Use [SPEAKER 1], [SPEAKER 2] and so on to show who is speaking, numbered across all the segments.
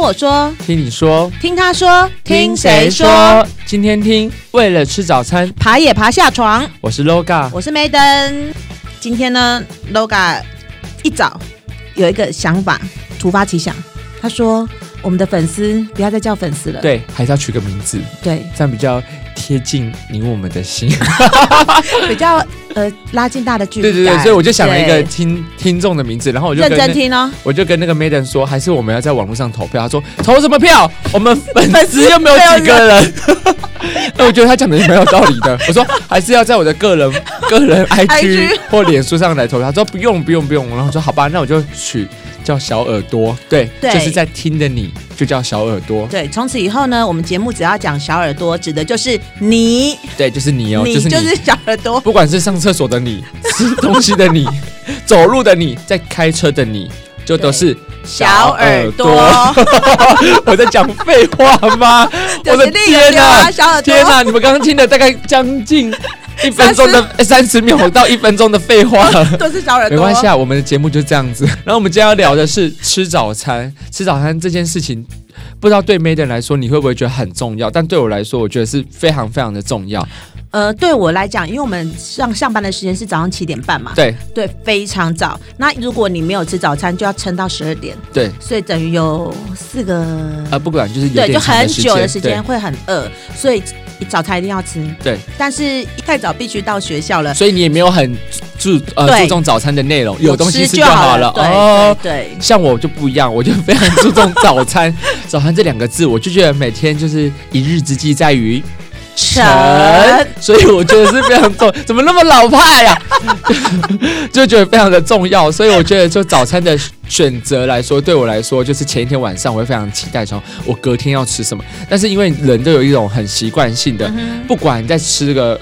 [SPEAKER 1] 我说，
[SPEAKER 2] 听你说，
[SPEAKER 1] 听他说，？？
[SPEAKER 2] 今天听，为了吃早餐，
[SPEAKER 1] 爬也爬下床。
[SPEAKER 2] 我是 LOGA。
[SPEAKER 1] 我是 Maiden，今天呢，LOGA 一早有一个想法，突发奇想，他说我们的粉丝不要再叫粉丝了，
[SPEAKER 2] 对，还是要取个名字，
[SPEAKER 1] 对，
[SPEAKER 2] 这样比较贴近你我们的心。
[SPEAKER 1] 比较呃拉近大的距离
[SPEAKER 2] 对
[SPEAKER 1] 感。
[SPEAKER 2] 对对，所以我就想了一个
[SPEAKER 1] 对
[SPEAKER 2] 听听众的名字，然后我就
[SPEAKER 1] 认
[SPEAKER 2] 跟
[SPEAKER 1] 真
[SPEAKER 2] 那
[SPEAKER 1] 听哦，
[SPEAKER 2] 我就跟那个 Maiden 说，还是我们要在网络上投票。他说投什么票？我们粉丝又没有 几个人。那 我觉得他讲的也蛮有道理的。我说还是要在我的 个人个人 IG 或脸书上来投票。他说不用不用不用。然后我说好吧，那我就取叫小耳朵。对，
[SPEAKER 1] 对
[SPEAKER 2] 就是在听的你就叫小耳朵。
[SPEAKER 1] 对，从此以后呢，我们节目只要讲小耳朵，指的就是你，
[SPEAKER 2] 对，就是你哦，
[SPEAKER 1] 你
[SPEAKER 2] 就是你。
[SPEAKER 1] 就是小耳朵，
[SPEAKER 2] 不管是上厕所 的你，吃东西的你，走路的你，在开车的你，就都是
[SPEAKER 1] 小耳朵，
[SPEAKER 2] 我在讲废话吗？
[SPEAKER 1] 就
[SPEAKER 2] 我
[SPEAKER 1] 是
[SPEAKER 2] 的
[SPEAKER 1] 另一个
[SPEAKER 2] 天
[SPEAKER 1] 地
[SPEAKER 2] 哪、
[SPEAKER 1] 方小耳朵。
[SPEAKER 2] 天哪、你们刚刚听了大概将近一分 钟的三十秒到一分钟的废话。
[SPEAKER 1] 都是小耳
[SPEAKER 2] 没
[SPEAKER 1] 朵，
[SPEAKER 2] 关系啊，我们的节目就这样子。 然后我们今天要聊的是吃早餐，吃早餐这件事情，不知道对 Maiden 来说你会不会觉得很重要，但对我来说，我觉得是非常非常的重要。
[SPEAKER 1] 呃，对我来讲，因为我们上上班的时间是早上七点半嘛，
[SPEAKER 2] 对
[SPEAKER 1] 对，非常早。那如果你没有吃早餐，就要撑到十二点，
[SPEAKER 2] 对，
[SPEAKER 1] 所以等于有四个，
[SPEAKER 2] 啊，不管就是有
[SPEAKER 1] 对，
[SPEAKER 2] 点
[SPEAKER 1] 就
[SPEAKER 2] 长
[SPEAKER 1] 很久的时
[SPEAKER 2] 对
[SPEAKER 1] 间会很饿，所以早餐一定要吃。
[SPEAKER 2] 对，
[SPEAKER 1] 但是一太早必须到学校了，
[SPEAKER 2] 所以你也没有很注呃
[SPEAKER 1] 对
[SPEAKER 2] 注重早餐的内容，有东西
[SPEAKER 1] 吃
[SPEAKER 2] 就好
[SPEAKER 1] 了。
[SPEAKER 2] 了
[SPEAKER 1] 对、
[SPEAKER 2] 哦。
[SPEAKER 1] 对对
[SPEAKER 2] 像我就不一样，我就非常注重早餐。 早餐这两个字，我就觉得每天就是一日之计在于晨
[SPEAKER 1] 晨，
[SPEAKER 2] 所以我觉得是非常重，怎么那么老派呀、 就觉得非常的重要。所以我觉得就早餐的选择来说，对我来说就是前一天晚上我会非常期待，说我隔天要吃什么。但是因为人都有一种很习惯性的，不管你再吃个。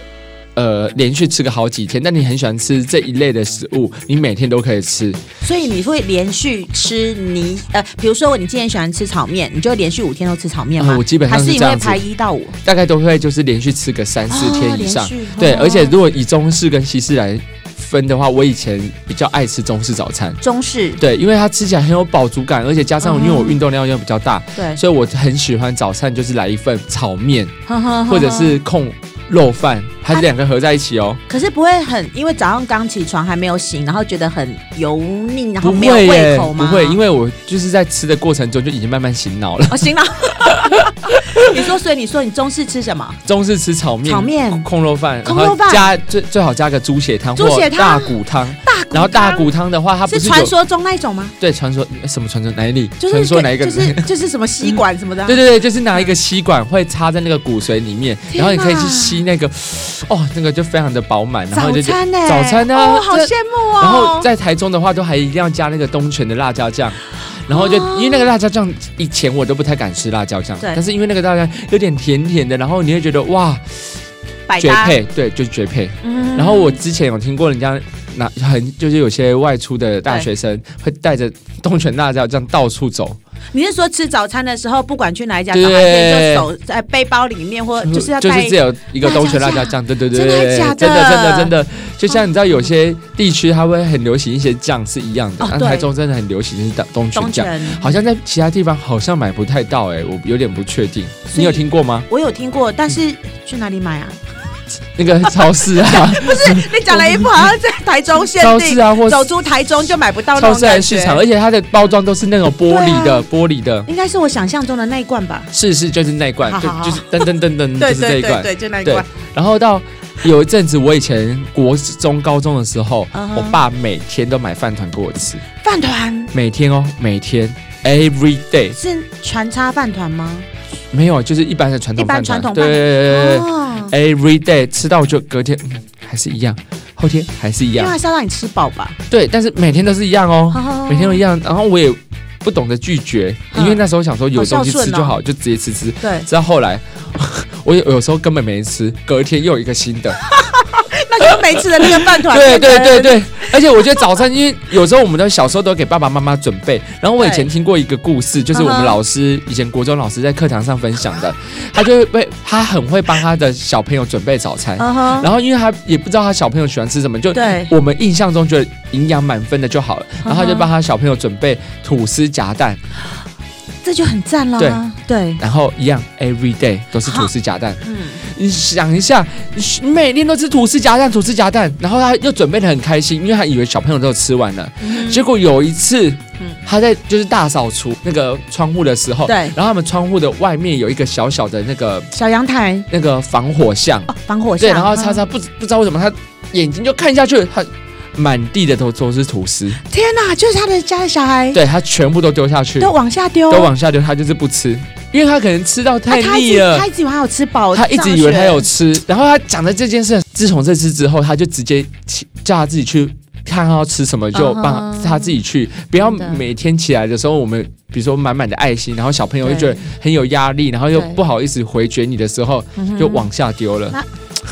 [SPEAKER 2] 呃，连续吃个好几天，但你很喜欢吃这一类的食物，你每天都可以吃。
[SPEAKER 1] 所以你会连续吃你呃，比如说你今天喜欢吃炒面，你就连续五天都吃炒面吗？
[SPEAKER 2] 呃我基本上
[SPEAKER 1] 还
[SPEAKER 2] 是
[SPEAKER 1] 是因
[SPEAKER 2] 这
[SPEAKER 1] 为
[SPEAKER 2] 样子
[SPEAKER 1] 排一到五，
[SPEAKER 2] 大概都会就是连续吃个三四天以上。
[SPEAKER 1] 哦连续
[SPEAKER 2] 对，
[SPEAKER 1] 哦
[SPEAKER 2] 而且如果以中式跟西式来分的话，我以前比较爱吃中式早餐。
[SPEAKER 1] 中式
[SPEAKER 2] 对，因为它吃起来很有饱足感，而且加上
[SPEAKER 1] 嗯
[SPEAKER 2] 因为我运动量又比较大，
[SPEAKER 1] 对，
[SPEAKER 2] 所以我很喜欢早餐就是来一份炒面
[SPEAKER 1] 呵呵呵
[SPEAKER 2] 或者是控肉饭，它是两个合在一起哦。
[SPEAKER 1] 可是不会很，因为早上刚起床还没有醒，然后觉得很油腻，然后
[SPEAKER 2] 不
[SPEAKER 1] 啊没有
[SPEAKER 2] 会
[SPEAKER 1] 胃
[SPEAKER 2] 耶
[SPEAKER 1] 口，
[SPEAKER 2] 不
[SPEAKER 1] 吗？
[SPEAKER 2] 会，因为我就是在吃的过程中就已经慢慢醒脑了。
[SPEAKER 1] 哦，行了。 你说，所以你说你中式吃什么？
[SPEAKER 2] 中式吃炒面，
[SPEAKER 1] 炒面
[SPEAKER 2] 控控肉饭，
[SPEAKER 1] 控肉
[SPEAKER 2] 然后
[SPEAKER 1] 饭
[SPEAKER 2] 加最最好加个猪血汤
[SPEAKER 1] 猪
[SPEAKER 2] 或
[SPEAKER 1] 血
[SPEAKER 2] 大
[SPEAKER 1] 汤
[SPEAKER 2] 骨汤，
[SPEAKER 1] 大骨汤
[SPEAKER 2] 然后大骨汤的话，它不
[SPEAKER 1] 是
[SPEAKER 2] 是
[SPEAKER 1] 传
[SPEAKER 2] 有
[SPEAKER 1] 说中那一种吗？
[SPEAKER 2] 对，传说什么传说哪里？
[SPEAKER 1] 就是
[SPEAKER 2] 传说哪一 个？
[SPEAKER 1] 就是就是什么吸管什么的。
[SPEAKER 2] 对对对，就是拿一个吸管会插在那个骨髓里面，
[SPEAKER 1] 天
[SPEAKER 2] 然
[SPEAKER 1] 哪
[SPEAKER 2] 后你可以去吸那个，哦，那个就非常的饱满，然后
[SPEAKER 1] 早
[SPEAKER 2] 就觉得
[SPEAKER 1] 餐呢、
[SPEAKER 2] 早餐呢
[SPEAKER 1] 哦，好
[SPEAKER 2] 这
[SPEAKER 1] 羡慕哦。
[SPEAKER 2] 然后在台中的话，都还一定要加那个东泉的辣椒酱，然后就、
[SPEAKER 1] 哦
[SPEAKER 2] 因为那个辣椒酱，以前我都不太敢吃辣椒酱，
[SPEAKER 1] 对
[SPEAKER 2] 但是因为那个辣椒酱有点甜甜的，然后你会觉得哇，
[SPEAKER 1] 百
[SPEAKER 2] 绝
[SPEAKER 1] 搭，
[SPEAKER 2] 配，对，就是绝配。
[SPEAKER 1] 嗯
[SPEAKER 2] 然后我之前有听过人家拿很就是有些外出的大学生会带着东泉辣椒酱到处走，
[SPEAKER 1] 你是说吃早餐的时候，不管去哪一家早
[SPEAKER 2] 对
[SPEAKER 1] 餐店，就手在背包里面，或就是要带
[SPEAKER 2] 只有一个东泉辣椒酱，对对对
[SPEAKER 1] 真的
[SPEAKER 2] 对，
[SPEAKER 1] 假的
[SPEAKER 2] 真的真的真的，就像你知道有些地区它会很流行一些酱是一样的，
[SPEAKER 1] 哦
[SPEAKER 2] 那
[SPEAKER 1] 对
[SPEAKER 2] 台中真的很流行就是东泉
[SPEAKER 1] 东
[SPEAKER 2] 酱，
[SPEAKER 1] 泉。
[SPEAKER 2] 好像在其他地方好像买不太到哎，我有点不确定，
[SPEAKER 1] 所以
[SPEAKER 2] 你有听过吗？
[SPEAKER 1] 我有听过，但是去哪里买啊？
[SPEAKER 2] 那个超市啊，
[SPEAKER 1] 你讲了一部好像在台中限
[SPEAKER 2] 超市
[SPEAKER 1] 定，
[SPEAKER 2] 啊或
[SPEAKER 1] 走出台中就买不到那
[SPEAKER 2] 超
[SPEAKER 1] 种
[SPEAKER 2] 市还
[SPEAKER 1] 感
[SPEAKER 2] 是市
[SPEAKER 1] 觉。啊
[SPEAKER 2] 场，而且它的包装都是那种玻璃的，玻璃的。
[SPEAKER 1] 应该是我想象中的那一罐吧。
[SPEAKER 2] 是是，就是那一罐，
[SPEAKER 1] 好
[SPEAKER 2] 就
[SPEAKER 1] 好好
[SPEAKER 2] 就是噔噔 噔噔，嗯就是这一罐。
[SPEAKER 1] 就那
[SPEAKER 2] 对。，然后到有一阵子，我以前国中、高中的时候
[SPEAKER 1] 嗯哼
[SPEAKER 2] 我爸每天都买饭团给我吃，
[SPEAKER 1] 饭团
[SPEAKER 2] 每天哦，每天，every day，
[SPEAKER 1] 是船叉饭团吗？
[SPEAKER 2] 没有，就是一般的传统
[SPEAKER 1] 一般
[SPEAKER 2] 饭团，
[SPEAKER 1] 传统
[SPEAKER 2] 对对对对对
[SPEAKER 1] 哦，
[SPEAKER 2] 对，every day 吃到就隔天、嗯还是一样，后天还是一
[SPEAKER 1] 因为
[SPEAKER 2] 样，
[SPEAKER 1] 还是要让你吃饱吧。
[SPEAKER 2] 对，但是每天都是一样哦，
[SPEAKER 1] 哦
[SPEAKER 2] 每天都一样，然后我也不懂得拒绝，
[SPEAKER 1] 嗯
[SPEAKER 2] 因为那时候想说有东西
[SPEAKER 1] 好孝
[SPEAKER 2] 吃
[SPEAKER 1] 顺哦
[SPEAKER 2] 就好，就直接吃吃，
[SPEAKER 1] 对，
[SPEAKER 2] 直到后来。我有有时候根本没吃，隔天又有一个新的，
[SPEAKER 1] 那就没吃的那个饭团。
[SPEAKER 2] 对对对对，而且我觉得早餐，因为有时候我们都小时候都给爸爸妈妈准备。然后我以前
[SPEAKER 1] 对
[SPEAKER 2] 听过一个故事，就是我
[SPEAKER 1] 嗯
[SPEAKER 2] 们
[SPEAKER 1] 哼
[SPEAKER 2] 老师以前国中老师在课堂上分享 的，他就会被他很会帮他的小朋友准备早餐。
[SPEAKER 1] 嗯哼，
[SPEAKER 2] 然后因为他也不知道他小朋友喜欢吃什么，就
[SPEAKER 1] 对
[SPEAKER 2] 我们印象中觉得营养满分的就好了。然后他
[SPEAKER 1] 嗯
[SPEAKER 2] 就
[SPEAKER 1] 哼
[SPEAKER 2] 帮他小朋友准备吐司夹蛋。
[SPEAKER 1] 这就很赞了。啊对，
[SPEAKER 2] 然后一样，every day 都是吐司夹蛋。
[SPEAKER 1] 嗯，
[SPEAKER 2] 你想一下，你每天都吃吐司夹蛋，吐司夹蛋，然后他又准备的很开心，因为他以为小朋友都吃完了。结果有一次
[SPEAKER 1] 嗯，
[SPEAKER 2] 他在就是大扫除那个窗户的时候，
[SPEAKER 1] 对
[SPEAKER 2] 然后他们窗户的外面有一个小小的那个
[SPEAKER 1] 小阳台
[SPEAKER 2] 那个防火巷，
[SPEAKER 1] 哦，防火
[SPEAKER 2] 对，
[SPEAKER 1] 巷。嗯
[SPEAKER 2] 然后叉叉不知不知道为什么他眼睛就看下去，他满地的都都是吐司，
[SPEAKER 1] 嗯天哪，就是他的家的小孩
[SPEAKER 2] 对他全部都丢下去，
[SPEAKER 1] 都往下丢，
[SPEAKER 2] 都往下丢，他就是不吃，因为他可能吃到
[SPEAKER 1] 啊
[SPEAKER 2] 太
[SPEAKER 1] 他一
[SPEAKER 2] 腻
[SPEAKER 1] 直
[SPEAKER 2] 了。
[SPEAKER 1] 他一直以为他有吃饱，
[SPEAKER 2] 他一直以为他有吃，然后他讲的这件事，自从这次之后，他就直接起叫他自己去看他要吃什么，就
[SPEAKER 1] 嗯哼
[SPEAKER 2] 帮他他自己去，不要
[SPEAKER 1] 真的
[SPEAKER 2] 每天起来的时候，我们比如说满满的爱心，然后小朋友就
[SPEAKER 1] 对
[SPEAKER 2] 觉得很有压力，然后又
[SPEAKER 1] 对
[SPEAKER 2] 不好意思回绝你的时候，
[SPEAKER 1] 嗯哼
[SPEAKER 2] 就往下丢了。
[SPEAKER 1] 那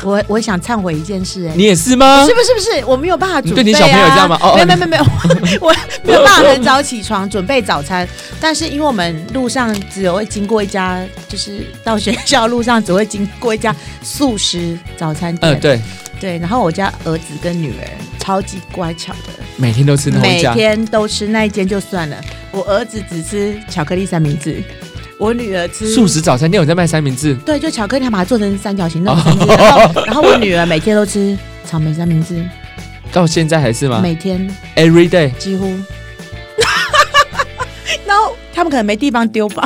[SPEAKER 1] 我我想忏悔一件事，哎。
[SPEAKER 2] 你也是吗
[SPEAKER 1] 是？不是不是？我没有办法准备、啊。
[SPEAKER 2] 对你小朋友这样吗哦
[SPEAKER 1] 没有没有没有， 我我没有办法很早起床准备早餐，但是因为我们路上只有会经过一家，就是到学校路上只会经过一家素食早餐店。
[SPEAKER 2] 嗯，对，
[SPEAKER 1] 对然后我家儿子跟女儿超级乖巧的，
[SPEAKER 2] 每天都吃同一
[SPEAKER 1] 每
[SPEAKER 2] 家，
[SPEAKER 1] 天都吃那一间就算了，我儿子只吃巧克力三明治，我女儿吃
[SPEAKER 2] 素食早餐店有在卖三明治，
[SPEAKER 1] 对，就巧克力，他把它做成三角形那
[SPEAKER 2] 哦
[SPEAKER 1] 种三明治。然后，然后我女儿每天都吃草莓三明治，
[SPEAKER 2] 到现在还是吗
[SPEAKER 1] 每天
[SPEAKER 2] ？Every day，
[SPEAKER 1] 几乎。 然后他们可能没地方丢吧，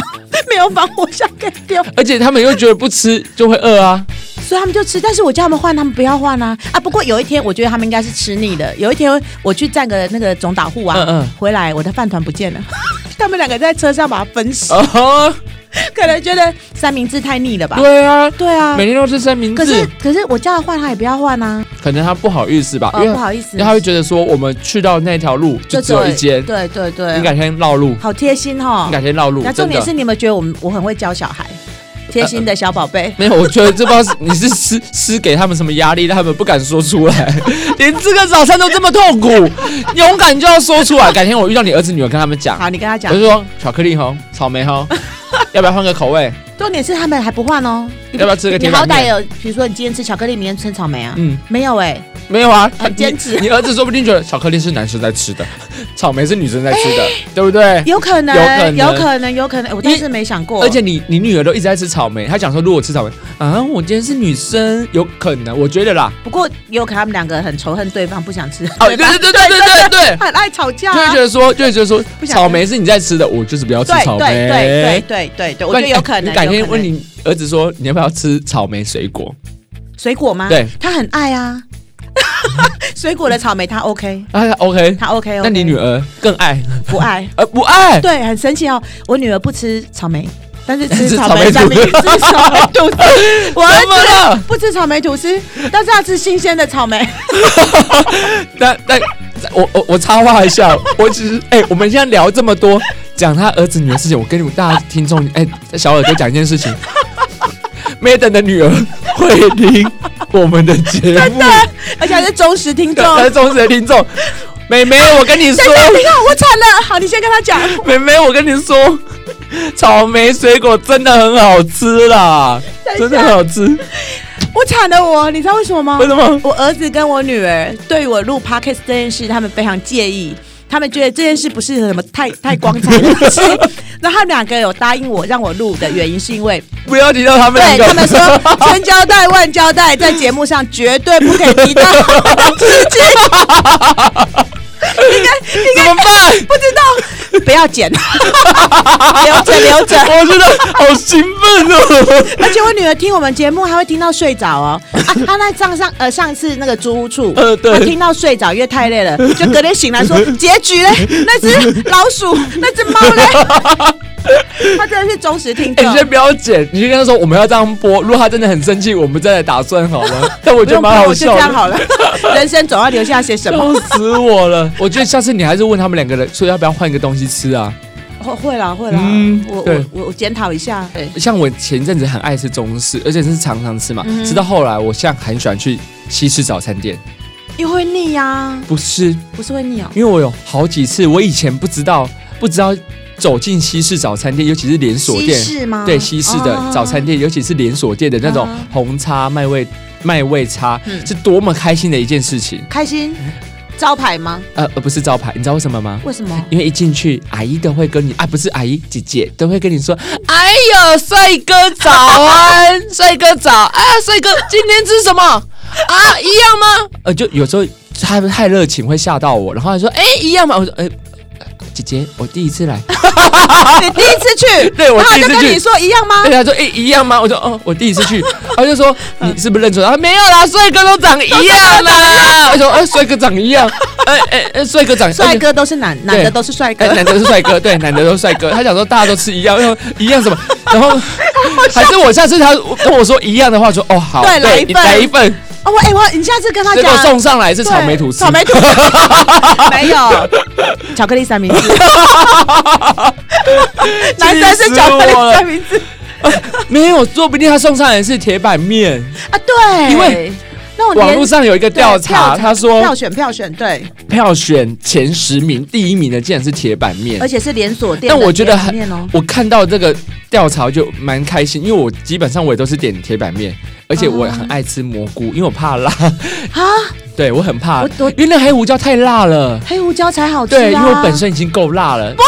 [SPEAKER 1] 没有防火箱可以丢，
[SPEAKER 2] 而且他们又觉得不吃就会饿啊。
[SPEAKER 1] 所以他们就吃。但是我叫他们换，他们不要换啊啊！不过有一天，我觉得他们应该是吃腻了。有一天我去站个那个总打户啊，
[SPEAKER 2] 嗯嗯
[SPEAKER 1] 回来我的饭团不见了， 他们两个在车上把它分食，
[SPEAKER 2] 哦，
[SPEAKER 1] 可能觉得三明治太腻了吧？
[SPEAKER 2] 对啊，
[SPEAKER 1] 对啊
[SPEAKER 2] 每。天都吃三明
[SPEAKER 1] 可是
[SPEAKER 2] 治，
[SPEAKER 1] 可是我叫他换，他也不要换啊，
[SPEAKER 2] 可能他不好意思吧，
[SPEAKER 1] 哦
[SPEAKER 2] 啊因为
[SPEAKER 1] 不好意思
[SPEAKER 2] 因为，他会觉得说，我们去到那条路就只有一间，
[SPEAKER 1] 对对对，
[SPEAKER 2] 你改天绕路，
[SPEAKER 1] 好贴心哈
[SPEAKER 2] 你。改天绕路
[SPEAKER 1] 那，重
[SPEAKER 2] 真
[SPEAKER 1] 点
[SPEAKER 2] 的呃
[SPEAKER 1] 是你们觉得我们我很会教小孩，贴心的小宝贝。
[SPEAKER 2] 没有。我觉得这不知道是你是施施给他们什么压力，让他们不敢说出来， 连这个早餐都这么痛苦，勇敢就要说出来。改天我遇到你儿子女儿，跟他们讲，
[SPEAKER 1] 好，你跟他讲
[SPEAKER 2] 我。就说巧克力红，草莓 红，要不要换个口味？
[SPEAKER 1] 重点是他们还不换哦。
[SPEAKER 2] 要不要吃个
[SPEAKER 1] 你
[SPEAKER 2] 铁
[SPEAKER 1] 好
[SPEAKER 2] 板
[SPEAKER 1] 歹
[SPEAKER 2] 面？
[SPEAKER 1] 有，比如说你今天吃巧克力，明天吃草莓啊？
[SPEAKER 2] 嗯，
[SPEAKER 1] 没有哎、
[SPEAKER 2] 没有啊，
[SPEAKER 1] 很坚持
[SPEAKER 2] 你你儿子说不定觉得巧克力是男生在吃的，草莓是女生在吃 的，对不对？
[SPEAKER 1] 有可能，
[SPEAKER 2] 有可
[SPEAKER 1] 有
[SPEAKER 2] 能
[SPEAKER 1] 可能，有可能。我
[SPEAKER 2] 因为
[SPEAKER 1] 但是没想过，
[SPEAKER 2] 而且你你女儿都一直在吃草莓，她讲说如果吃草莓啊，我今天是女生，有可能，我觉得啦，
[SPEAKER 1] 不过也有可能他们两个很仇恨对方，不想吃，
[SPEAKER 2] 哦，对对对对对对对，
[SPEAKER 1] 很爱吵架、
[SPEAKER 2] 就会
[SPEAKER 1] 啊
[SPEAKER 2] 觉。得说就会觉得说
[SPEAKER 1] 不想吃
[SPEAKER 2] 草莓是你在吃的，我就是不要吃
[SPEAKER 1] 对
[SPEAKER 2] 草
[SPEAKER 1] 对对
[SPEAKER 2] 莓。
[SPEAKER 1] 对对对对，我觉得有可
[SPEAKER 2] 那你
[SPEAKER 1] 能。
[SPEAKER 2] 哎你改天
[SPEAKER 1] 有可能
[SPEAKER 2] 问你儿子说你要不要吃草莓水果？
[SPEAKER 1] 水果吗？
[SPEAKER 2] 对，
[SPEAKER 1] 他很爱 啊。水果的草莓他 OK，
[SPEAKER 2] 啊 ，OK，
[SPEAKER 1] 他 OK, o
[SPEAKER 2] 那你女儿更爱，
[SPEAKER 1] 不爱？
[SPEAKER 2] 呃，不爱。
[SPEAKER 1] 对，很神奇哦。我女儿不吃草莓，但是吃
[SPEAKER 2] 吃
[SPEAKER 1] 草
[SPEAKER 2] 草莓
[SPEAKER 1] 莓三
[SPEAKER 2] 吐
[SPEAKER 1] 明治、草莓吐 司。我儿
[SPEAKER 2] 怎么
[SPEAKER 1] 子
[SPEAKER 2] 了？
[SPEAKER 1] 不吃草莓吐司，但是要吃新鲜的草莓。
[SPEAKER 2] 但但我我我插话一下，我只是哎、我们现在聊这么多，讲他儿子女儿的事情，我跟你们大家听众哎、小耳朵讲一件事情，Maden 的女儿会听我们的节目，
[SPEAKER 1] 而且还是忠实听 众。
[SPEAKER 2] 她是忠实的听众。妹妹，我跟你说，
[SPEAKER 1] 你看我惨了，好，你先跟他讲。
[SPEAKER 2] 妹妹，我跟你说，草莓水果真的很好吃啦，真的很好吃。
[SPEAKER 1] 我惨了我，你知道为什么 吗
[SPEAKER 2] 为？什么？
[SPEAKER 1] 我儿子跟我女儿对于我录 podcast 这件事，他们非常介意，他们觉得这件事不是什么太太光彩的事。 然后他们两个有答应我让我录的原因，是因为
[SPEAKER 2] 不要提到他们两
[SPEAKER 1] 对他
[SPEAKER 2] 个。
[SPEAKER 1] 们说千交代万交代，在节目上绝对不可以 提到的事情。应该应
[SPEAKER 2] 怎
[SPEAKER 1] 该
[SPEAKER 2] 么办？
[SPEAKER 1] 不知道，不要 剪，留着留着。
[SPEAKER 2] 我真的好兴奋哦！
[SPEAKER 1] 而且我女儿听我们节目，还会听到睡着哦。啊，她在上上呃上一次那个租屋处，
[SPEAKER 2] 呃对
[SPEAKER 1] 她听到睡着，因为太累了，就隔天醒来 说结局嘞，那只老鼠，那只猫嘞。 她真的是忠实听
[SPEAKER 2] 哎、
[SPEAKER 1] 众
[SPEAKER 2] 你，先不要剪，你就跟他说我们要这样播。如果他真的很生气，我们再来打算好 了。但我
[SPEAKER 1] 不
[SPEAKER 2] 觉得
[SPEAKER 1] 用
[SPEAKER 2] 蛮
[SPEAKER 1] 怕
[SPEAKER 2] 好
[SPEAKER 1] 我就
[SPEAKER 2] 笑
[SPEAKER 1] 这样
[SPEAKER 2] 的，
[SPEAKER 1] 好了。人生总要留下些什么？
[SPEAKER 2] 笑死我了。 我觉得下次你还是问他们两个人，说要不要换一个东西吃啊？
[SPEAKER 1] 会会啦会啦，
[SPEAKER 2] 嗯
[SPEAKER 1] 我
[SPEAKER 2] 对
[SPEAKER 1] 我我我检讨一下。对，
[SPEAKER 2] 像我前一阵子很爱吃中式，而且是常常吃嘛，
[SPEAKER 1] 嗯
[SPEAKER 2] 吃到后来我现在很喜欢去西式早餐店。
[SPEAKER 1] 因为会腻呀、
[SPEAKER 2] 不是，
[SPEAKER 1] 不是会腻哦。
[SPEAKER 2] 因为我有好几次，我以前不知道，不知道走进西式早餐店，尤其是连锁
[SPEAKER 1] 西
[SPEAKER 2] 店，
[SPEAKER 1] 式吗？
[SPEAKER 2] 对西式的早餐
[SPEAKER 1] 哦。
[SPEAKER 2] 店，尤其是连锁店的那种
[SPEAKER 1] 啊
[SPEAKER 2] 红叉麦味麦味叉，
[SPEAKER 1] 嗯
[SPEAKER 2] 是多么开心的一件事情。
[SPEAKER 1] 开心，招牌吗？
[SPEAKER 2] 呃，呃不是招牌，你知道为什么吗？
[SPEAKER 1] 为什 么？
[SPEAKER 2] 因为一进去，阿姨都会跟你啊，不是阿姨姐姐都会跟你说：“
[SPEAKER 1] 嗯
[SPEAKER 2] 哎呦，帅哥早安， 帅哥早啊，帅哥今天吃什么啊？一样吗？”呃，就有时候他们太热情会吓到我，然后他说：“哎、一样吗？”我说：“哎、姐姐，我第一次来。，
[SPEAKER 1] 啊你第一次去
[SPEAKER 2] 对我
[SPEAKER 1] 然后
[SPEAKER 2] 第一
[SPEAKER 1] 就
[SPEAKER 2] 次
[SPEAKER 1] 跟
[SPEAKER 2] 去
[SPEAKER 1] 你说一样吗
[SPEAKER 2] 对，？他说：“哎、一样吗？”我说：“哦，我第一次去。”他就说：“你是不是认错？”他说：“没有啦，帅哥都长一样啦。”我说：“哎、帅哥长一样， 哎哎哎，帅哥长
[SPEAKER 1] 帅哥都是男，男的都是帅哥
[SPEAKER 2] 哎、。男的都是帅哥，对，男的都是帅哥。他想说大家都吃一样，然后一样什么，然后还是我下次他跟我说一样的话，说哦好，
[SPEAKER 1] 对来一
[SPEAKER 2] 你
[SPEAKER 1] 份
[SPEAKER 2] 来一份，
[SPEAKER 1] 哦，我哎，我你下次跟他
[SPEAKER 2] 结
[SPEAKER 1] 讲
[SPEAKER 2] 果，送上来是草莓吐司，
[SPEAKER 1] 对草莓吐司 没有， 巧克力三明 治，男生是巧克力三明治
[SPEAKER 2] 哦没有，说不定他送上来是铁板面。
[SPEAKER 1] 啊，对，
[SPEAKER 2] 因为
[SPEAKER 1] 那我
[SPEAKER 2] 网络
[SPEAKER 1] 哦连
[SPEAKER 2] 上有一个调查，
[SPEAKER 1] 对
[SPEAKER 2] 他
[SPEAKER 1] 票
[SPEAKER 2] 说
[SPEAKER 1] 选票选对，
[SPEAKER 2] 票选前十名，第一名的竟然是铁板面
[SPEAKER 1] 而。且是连锁店的店里
[SPEAKER 2] 但
[SPEAKER 1] 面哦，
[SPEAKER 2] 我觉得很， 我看到这个调查就蛮开心，因为我基本上我也都是点铁板面，而且我也
[SPEAKER 1] 哦
[SPEAKER 2] 很爱吃蘑菇，因为我怕辣。
[SPEAKER 1] 啊，
[SPEAKER 2] 对我很怕
[SPEAKER 1] 我我，
[SPEAKER 2] 因为那黑胡椒太辣了。
[SPEAKER 1] 黑胡椒才好吃啊，
[SPEAKER 2] 对，因为我本身已经够辣了。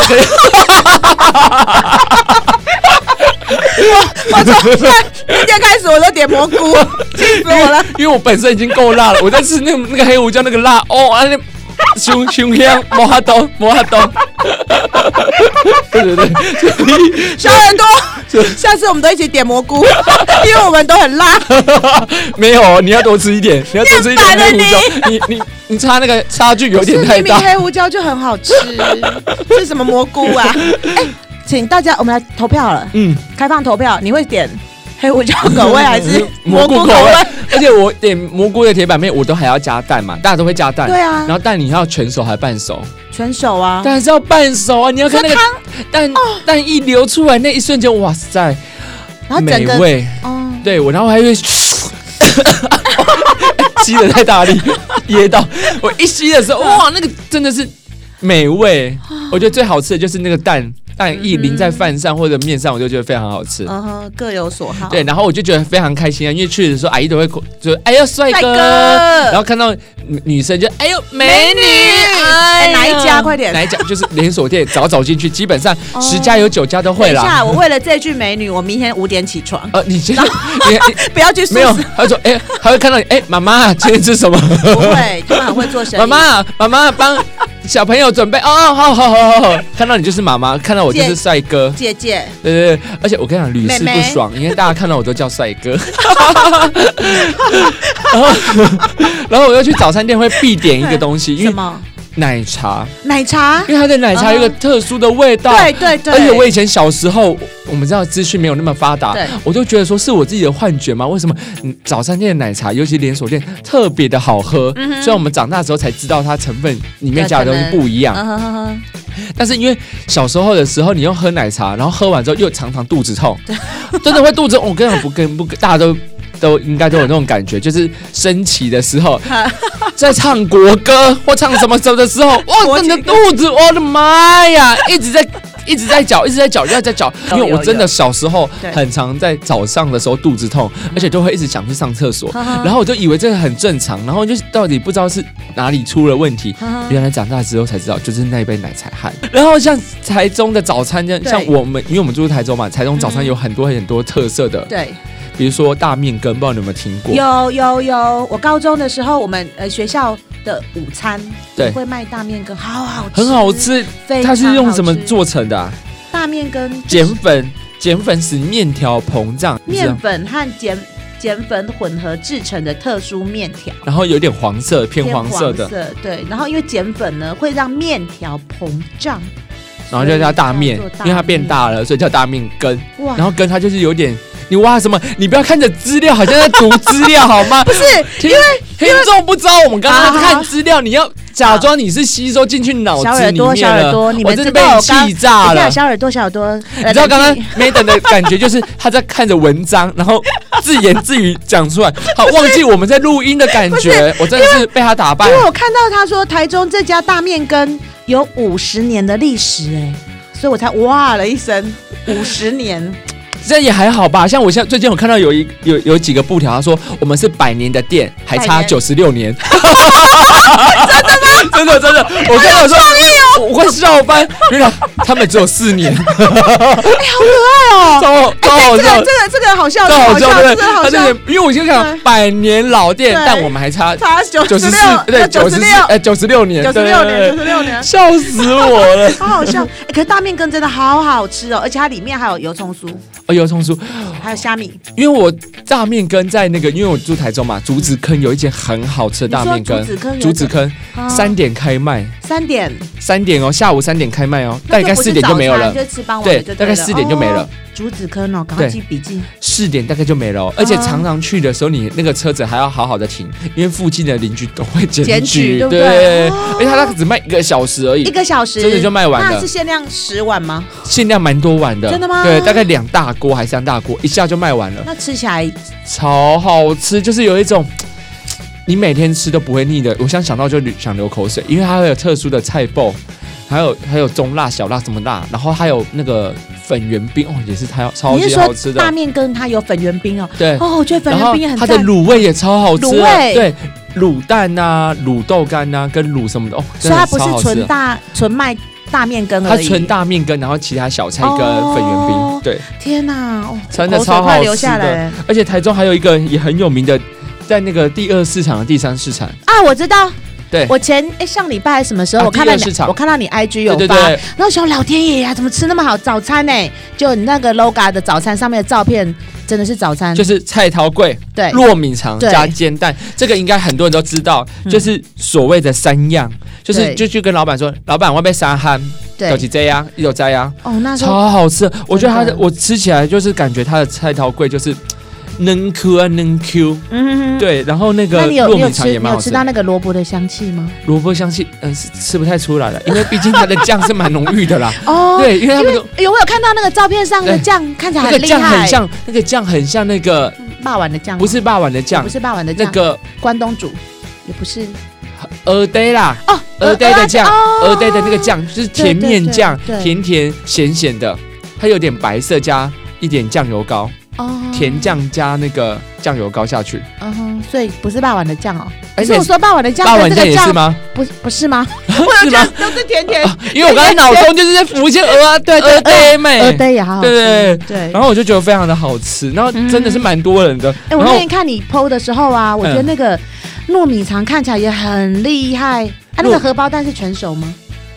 [SPEAKER 1] 我从 现在明天开始我都点蘑 菇，气死
[SPEAKER 2] 因为
[SPEAKER 1] 我了。
[SPEAKER 2] 因为我本身已经够辣了，我在吃那个那个黑胡椒那个辣哦，啊那熊熊香摩哈东摩哈东。 对对对，
[SPEAKER 1] 小耳朵， 下次我们都一起点蘑 菇，因为我们都很辣。
[SPEAKER 2] 没有，你要多吃一点，你要多吃一点
[SPEAKER 1] 厌烦了
[SPEAKER 2] 黑胡椒。你你你差那个差距有点太
[SPEAKER 1] 明明
[SPEAKER 2] 大。
[SPEAKER 1] 黑胡椒就很好 吃，是什么蘑菇啊？哎、请大家我们来投票好了，
[SPEAKER 2] 嗯，
[SPEAKER 1] 开放投票，你会点黑胡椒口味还是
[SPEAKER 2] 蘑菇口
[SPEAKER 1] 口
[SPEAKER 2] 味？而且我点蘑菇的铁板面，我都还要加蛋嘛，大家都会加蛋。
[SPEAKER 1] 对啊
[SPEAKER 2] 然后蛋你要全熟还半熟？
[SPEAKER 1] 全手啊，
[SPEAKER 2] 但是要半熟啊！你要看那个
[SPEAKER 1] 这
[SPEAKER 2] 蛋蛋一流出来那一瞬间，哇塞，
[SPEAKER 1] 然后整
[SPEAKER 2] 美
[SPEAKER 1] 个
[SPEAKER 2] 味！
[SPEAKER 1] 哦，
[SPEAKER 2] 对我，然后还会 哎吸的太大 力，噎到我一吸的时
[SPEAKER 1] 嗯
[SPEAKER 2] 候，哇，那个真的是美味。我觉得最好吃的就是那个蛋蛋一淋在饭上或者面上，我就觉得非常好吃。
[SPEAKER 1] 嗯哼，各有所好。
[SPEAKER 2] 对，然后我就觉得非常开心啊，因为去的时候阿姨都会就哎呦帅
[SPEAKER 1] 帅
[SPEAKER 2] 哥，
[SPEAKER 1] 哥
[SPEAKER 2] 然后看到女女生就哎呦美女，哎
[SPEAKER 1] 哎哪一家
[SPEAKER 2] 呀
[SPEAKER 1] 快点
[SPEAKER 2] 哪一家就是连锁店，早走进去，基本上
[SPEAKER 1] 哦
[SPEAKER 2] 十家有九家都
[SPEAKER 1] 等
[SPEAKER 2] 会
[SPEAKER 1] 一
[SPEAKER 2] 啦。
[SPEAKER 1] 下，我为了这句美女，我明天五点起 床，
[SPEAKER 2] 呃，你先，你你
[SPEAKER 1] 不要去素
[SPEAKER 2] 没有
[SPEAKER 1] 食，，
[SPEAKER 2] 他就说哎，还会看到你哎，妈妈今天吃什么？
[SPEAKER 1] 不会，他们很会做生意。
[SPEAKER 2] 妈妈妈妈帮小朋友准备哦，哦好好好好好，看到你就是妈妈，看到我就是
[SPEAKER 1] 姐
[SPEAKER 2] 帅哥。
[SPEAKER 1] 姐姐，
[SPEAKER 2] 对对对，而且我跟你讲，屡试
[SPEAKER 1] 妹
[SPEAKER 2] 不
[SPEAKER 1] 妹
[SPEAKER 2] 爽，因为大家看到我都叫帅哥。 然后，然后我又去早餐店会必点一个东西，因
[SPEAKER 1] 什
[SPEAKER 2] 为
[SPEAKER 1] 么
[SPEAKER 2] 奶茶，
[SPEAKER 1] 奶茶？
[SPEAKER 2] 因为它的奶茶有一个
[SPEAKER 1] 嗯
[SPEAKER 2] 特殊的味道。
[SPEAKER 1] 对对对，
[SPEAKER 2] 而且我以前小时候，我们知道资讯没有那么发达
[SPEAKER 1] 对，
[SPEAKER 2] 我就觉得说是我自己的幻觉吗？为什么嗯早餐店的奶茶，尤其连锁店特别的好喝？
[SPEAKER 1] 嗯哼
[SPEAKER 2] 虽然我们长大之后才知道它成分里面
[SPEAKER 1] 对
[SPEAKER 2] 加的
[SPEAKER 1] 可
[SPEAKER 2] 东西
[SPEAKER 1] 能
[SPEAKER 2] 不一样，
[SPEAKER 1] 嗯哼哼哼
[SPEAKER 2] 但是因为小时候的时候，你又喝奶茶，然后喝完之后又常常肚子痛，真的会肚子痛。我跟你讲，不跟不跟，大家都都应该都有那种感觉，就是升旗的时候，在唱国歌或唱什么什么的时候，哇，
[SPEAKER 1] 国
[SPEAKER 2] 你
[SPEAKER 1] 旗
[SPEAKER 2] 的肚子，我的妈呀，一直在。一直在搅，一直在搅，一直在搅，因
[SPEAKER 1] 有
[SPEAKER 2] 为我
[SPEAKER 1] 哦有
[SPEAKER 2] 真的小时候
[SPEAKER 1] 对
[SPEAKER 2] 很常在早上的时候肚子痛，而且都会一直想去上厕所，
[SPEAKER 1] 哈哈
[SPEAKER 2] 然后我就以为这个很正常，然后就到底不知道是哪里出了问题，
[SPEAKER 1] 哼哼
[SPEAKER 2] 原来长大之后才知道，就是那一杯奶茶汗。 然后像台中的早餐，像
[SPEAKER 1] 对
[SPEAKER 2] 像我们，因为我们住台中嘛，台中早餐
[SPEAKER 1] 嗯
[SPEAKER 2] 有很多很多特色的，
[SPEAKER 1] 对。
[SPEAKER 2] 比如说大面羹，不知道你有没有听过？
[SPEAKER 1] 有有有，我高中的时候，我们呃学校的午餐
[SPEAKER 2] 对
[SPEAKER 1] 也会卖大面羹，好好吃，
[SPEAKER 2] 很好，吃，
[SPEAKER 1] 非常
[SPEAKER 2] 它
[SPEAKER 1] 好吃。
[SPEAKER 2] 是用什么做成 的、啊？
[SPEAKER 1] 大面羹？
[SPEAKER 2] 碱粉，碱粉使面条膨胀，你知道
[SPEAKER 1] 面粉和碱碱粉混合制成的特殊面条，
[SPEAKER 2] 然后有点黄色，偏
[SPEAKER 1] 偏
[SPEAKER 2] 黄色的，
[SPEAKER 1] 色对。然后因为碱粉呢会让面条膨胀，
[SPEAKER 2] 然后就叫大面
[SPEAKER 1] 所以叫，做
[SPEAKER 2] 因为它变大了，所以叫大面羹。
[SPEAKER 1] 哇
[SPEAKER 2] 然后羹它就是有点，你挖什么？你不要看着资料，好像在读资 料好吗？不是，因为听众不知道我们刚刚在看资料，你要假装你是吸收进去脑
[SPEAKER 1] 小
[SPEAKER 2] 子
[SPEAKER 1] 耳
[SPEAKER 2] 里面了。
[SPEAKER 1] 朵，小耳朵，你
[SPEAKER 2] 我
[SPEAKER 1] 们
[SPEAKER 2] 真
[SPEAKER 1] 知
[SPEAKER 2] 的被
[SPEAKER 1] 道
[SPEAKER 2] 你
[SPEAKER 1] 我刚
[SPEAKER 2] 气
[SPEAKER 1] 等
[SPEAKER 2] 炸
[SPEAKER 1] 一下
[SPEAKER 2] 了。
[SPEAKER 1] 小耳朵，小耳朵，呃你
[SPEAKER 2] 你知道刚刚 Maden 的感觉就是他在看着文章，然后自言自语讲出来，好忘记我们在录音的感 觉，我真的是被他打败
[SPEAKER 1] 因。为我看到他说台中这家大面羹有五十年的历史、哎，所以我才哇了一声，五十 年，
[SPEAKER 2] 这也还好吧，像我现在最近我看到有一有有几个布条，他说我们是百年的店，还
[SPEAKER 1] 百
[SPEAKER 2] 差
[SPEAKER 1] 年
[SPEAKER 2] 九十六年。真的吗？ 真的真的，我跟他说，
[SPEAKER 1] 哦
[SPEAKER 2] 我我会绕班，原来他们只有四 年，
[SPEAKER 1] 好可爱哦。
[SPEAKER 2] 超超好
[SPEAKER 1] 这
[SPEAKER 2] 笑
[SPEAKER 1] 个这。个这个好 笑，
[SPEAKER 2] 超好
[SPEAKER 1] 这
[SPEAKER 2] 笑，
[SPEAKER 1] 个好笑，这
[SPEAKER 2] 对不对
[SPEAKER 1] 个？好
[SPEAKER 2] 他
[SPEAKER 1] 笑
[SPEAKER 2] 这。里，因为我就想百年老店，
[SPEAKER 1] 对
[SPEAKER 2] 但我们还差
[SPEAKER 1] 他九
[SPEAKER 2] 九十
[SPEAKER 1] 十
[SPEAKER 2] 四
[SPEAKER 1] 六，，
[SPEAKER 2] 对，九
[SPEAKER 1] 九
[SPEAKER 2] 十
[SPEAKER 1] 十
[SPEAKER 2] 四
[SPEAKER 1] 六，，
[SPEAKER 2] 哎，九十六年，
[SPEAKER 1] 九十六年，九
[SPEAKER 2] 对
[SPEAKER 1] 十，六年，
[SPEAKER 2] 笑死我了。
[SPEAKER 1] 好好笑。哎，可是大面羹真的好好吃哦，而且它里面还有油葱酥，
[SPEAKER 2] 哦，油葱酥，
[SPEAKER 1] 还有虾米。
[SPEAKER 2] 因为我大面羹在那个，因为我住台中嘛，竹子坑有一间很好吃的大面
[SPEAKER 1] 你说竹子坑
[SPEAKER 2] 羹，
[SPEAKER 1] 有
[SPEAKER 2] 竹子坑
[SPEAKER 1] 啊
[SPEAKER 2] 三点开卖，
[SPEAKER 1] 三点，
[SPEAKER 2] 三点哦，下午三点开卖哦，
[SPEAKER 1] 那
[SPEAKER 2] 大
[SPEAKER 1] 就
[SPEAKER 2] 概
[SPEAKER 1] 不
[SPEAKER 2] 四
[SPEAKER 1] 是
[SPEAKER 2] 点就没有
[SPEAKER 1] 早餐
[SPEAKER 2] 了，
[SPEAKER 1] 就吃傍晚
[SPEAKER 2] 对
[SPEAKER 1] 的就
[SPEAKER 2] 大概4点就没了
[SPEAKER 1] 哦竹子坑哦，赶快
[SPEAKER 2] 对
[SPEAKER 1] 记笔记。
[SPEAKER 2] 四点大概就没了哦，
[SPEAKER 1] 嗯
[SPEAKER 2] 而且常常去的时候，你那个车子还要好好的停，因为附近的邻居都会检
[SPEAKER 1] 检
[SPEAKER 2] 举，
[SPEAKER 1] 举对不
[SPEAKER 2] 对
[SPEAKER 1] 对，
[SPEAKER 2] 而且他那个只卖一个小时而已
[SPEAKER 1] 一，个小时，
[SPEAKER 2] 真的就卖完了
[SPEAKER 1] 那是限量十碗 吗？
[SPEAKER 2] 限量蛮多碗的，
[SPEAKER 1] 真的吗
[SPEAKER 2] 对，大概两大锅还是三大锅，一下就卖完了，
[SPEAKER 1] 那吃起来
[SPEAKER 2] 超好吃，就是有一种。你每天吃都不会腻的，我想想到就想流口水，因为它会有特殊的菜爆，还有还有中辣、小辣什么辣，然后还有那个粉圆冰哦，也是超超
[SPEAKER 1] 你是
[SPEAKER 2] 级
[SPEAKER 1] 说
[SPEAKER 2] 好吃的
[SPEAKER 1] 大。面羹它有粉圆冰哦？
[SPEAKER 2] 对，
[SPEAKER 1] 哦，我觉得粉
[SPEAKER 2] 然
[SPEAKER 1] 圆
[SPEAKER 2] 后
[SPEAKER 1] 冰也很
[SPEAKER 2] 它的
[SPEAKER 1] 赞。
[SPEAKER 2] 卤味也超好吃的，
[SPEAKER 1] 卤味
[SPEAKER 2] 对，卤蛋呐、卤豆干呐、跟卤什么的哦，
[SPEAKER 1] 所以它
[SPEAKER 2] 真
[SPEAKER 1] 不
[SPEAKER 2] 的超好
[SPEAKER 1] 是
[SPEAKER 2] 吃的
[SPEAKER 1] 纯大纯卖大面羹
[SPEAKER 2] 它
[SPEAKER 1] 而已。
[SPEAKER 2] 纯大面羹，然后其他小菜跟
[SPEAKER 1] 哦
[SPEAKER 2] 粉圆冰，对，
[SPEAKER 1] 天哪，哦
[SPEAKER 2] 真的
[SPEAKER 1] 口水
[SPEAKER 2] 超好吃的
[SPEAKER 1] 快流下来
[SPEAKER 2] 而且台中还有一个也很有名的，在那个第二市场、第三市场，
[SPEAKER 1] 啊！我知道，
[SPEAKER 2] 对
[SPEAKER 1] 我前哎上礼拜还是什么时候
[SPEAKER 2] 啊
[SPEAKER 1] 我看到
[SPEAKER 2] 第二市
[SPEAKER 1] 你
[SPEAKER 2] 场，
[SPEAKER 1] 我看到你 IG 有
[SPEAKER 2] 对
[SPEAKER 1] 发，
[SPEAKER 2] 对对，
[SPEAKER 1] 然后想老天爷啊呀，怎么吃那么好早餐呢？就你那个 LOGA 的早餐上面的照片，真的是早餐，
[SPEAKER 2] 就是菜桃贵、
[SPEAKER 1] 嗯对，
[SPEAKER 2] 糯米肠
[SPEAKER 1] 对
[SPEAKER 2] 加煎蛋，这个应该很多人都知道，
[SPEAKER 1] 嗯
[SPEAKER 2] 就是所谓的三样，就是
[SPEAKER 1] 对
[SPEAKER 2] 就去跟老板说，老板我被三憨，有
[SPEAKER 1] 对
[SPEAKER 2] 几，这样，有这样。
[SPEAKER 1] 哦，那时候
[SPEAKER 2] 超好吃，我觉得它的
[SPEAKER 1] 真的
[SPEAKER 2] 我吃起来就是感觉它的菜头贵就是嫩 Q 啊嫩 Q，
[SPEAKER 1] 嗯，
[SPEAKER 2] 对，然后那
[SPEAKER 1] 那
[SPEAKER 2] 个
[SPEAKER 1] 你有
[SPEAKER 2] 糯
[SPEAKER 1] 你有
[SPEAKER 2] 米肠
[SPEAKER 1] 吃
[SPEAKER 2] 也
[SPEAKER 1] 你
[SPEAKER 2] 蛮
[SPEAKER 1] 有
[SPEAKER 2] 好
[SPEAKER 1] 吃
[SPEAKER 2] 吃
[SPEAKER 1] 到
[SPEAKER 2] 的，
[SPEAKER 1] 那个萝卜的香气吗？
[SPEAKER 2] 萝卜香气嗯是吃不太出来了，因为毕竟它的酱是蛮浓郁的啦，
[SPEAKER 1] 哦，
[SPEAKER 2] 对，因为它
[SPEAKER 1] 因
[SPEAKER 2] 们
[SPEAKER 1] 为
[SPEAKER 2] 都
[SPEAKER 1] 有我有看到那个照片上的
[SPEAKER 2] 对
[SPEAKER 1] 酱看起来
[SPEAKER 2] 那
[SPEAKER 1] 很
[SPEAKER 2] 个
[SPEAKER 1] 厉
[SPEAKER 2] 酱
[SPEAKER 1] 害，
[SPEAKER 2] 很像那个酱很像那个
[SPEAKER 1] 霸王的酱吗，
[SPEAKER 2] 不是霸碗的酱
[SPEAKER 1] 不，是霸王的
[SPEAKER 2] 那
[SPEAKER 1] 酱，
[SPEAKER 2] 个
[SPEAKER 1] 关东煮也不是
[SPEAKER 2] 鹅呆啦，
[SPEAKER 1] 哦，
[SPEAKER 2] 鹅呆的酱，
[SPEAKER 1] 鹅
[SPEAKER 2] 鹅呆的那个，酱就是
[SPEAKER 1] 哦对
[SPEAKER 2] 甜
[SPEAKER 1] 对
[SPEAKER 2] 面
[SPEAKER 1] 对
[SPEAKER 2] 酱
[SPEAKER 1] 对，
[SPEAKER 2] 甜甜咸咸的，它有点白色加一点酱油膏，
[SPEAKER 1] 哦
[SPEAKER 2] 甜，酱加那个酱油膏下去，
[SPEAKER 1] 嗯哼，所以不是霸王的酱哦。
[SPEAKER 2] 而
[SPEAKER 1] 可
[SPEAKER 2] 且
[SPEAKER 1] 是我说霸王的酱
[SPEAKER 2] 哎霸碗
[SPEAKER 1] 跟这个
[SPEAKER 2] 酱也是
[SPEAKER 1] 酱
[SPEAKER 2] 吗？
[SPEAKER 1] 不是不是 吗？
[SPEAKER 2] 是吗？哦
[SPEAKER 1] 都是甜 甜，
[SPEAKER 2] 因为我刚才脑中就是在浮现鹅啊，对对对，
[SPEAKER 1] 哦鹅
[SPEAKER 2] 妹。
[SPEAKER 1] 对也好好吃，
[SPEAKER 2] 对
[SPEAKER 1] 对
[SPEAKER 2] 然后我就觉得非常的好吃，然后真的是蛮多人的。
[SPEAKER 1] 嗯哎，我
[SPEAKER 2] 然
[SPEAKER 1] 那
[SPEAKER 2] 后
[SPEAKER 1] 天看你剖的时候啊，我觉得
[SPEAKER 2] 嗯
[SPEAKER 1] 那个糯米肠看起来也很厉害。啊，那
[SPEAKER 2] 糯
[SPEAKER 1] 个荷包蛋是全熟吗？